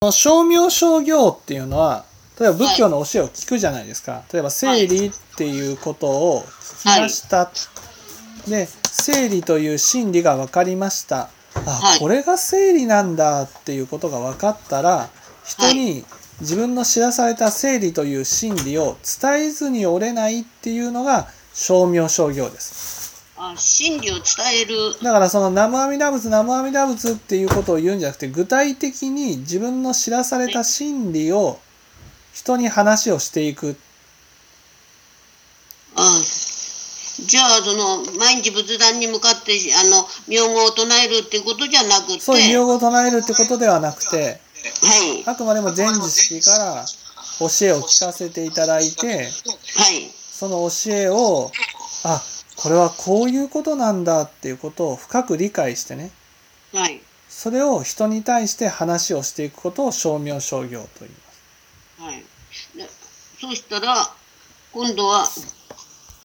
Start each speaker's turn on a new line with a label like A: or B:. A: この称名称行っていうのは、例えば仏教の教えを聞くじゃないですか。例えば、生理っていうことを聞きました。で、生理という真理が分かりました。
B: は
A: あ
B: い、
A: これが生理なんだっていうことが分かったら、人に自分の知らされた生理という真理を伝えずに折れないっていうのが、称名称行です。
B: あ真理を伝える。
A: だからその南無阿弥陀仏南無阿弥陀仏っていうことを言うんじゃなくて具体的に自分の知らされた真理を人に話をしていく
B: あじゃあ、その、毎日仏壇に向かって、あの、名号を唱えるってことじゃなくて、
A: そういう名号を唱えるってことではなくて
B: はい、
A: あくまでも全知識から教えを聞かせていただいて
B: はい、
A: その教えをあこれはこういうことなんだっていうことを深く理解してね
B: はい。
A: それを人に対して話をしていくことを称名称行と言います。
B: はい。でそうしたら、今度は、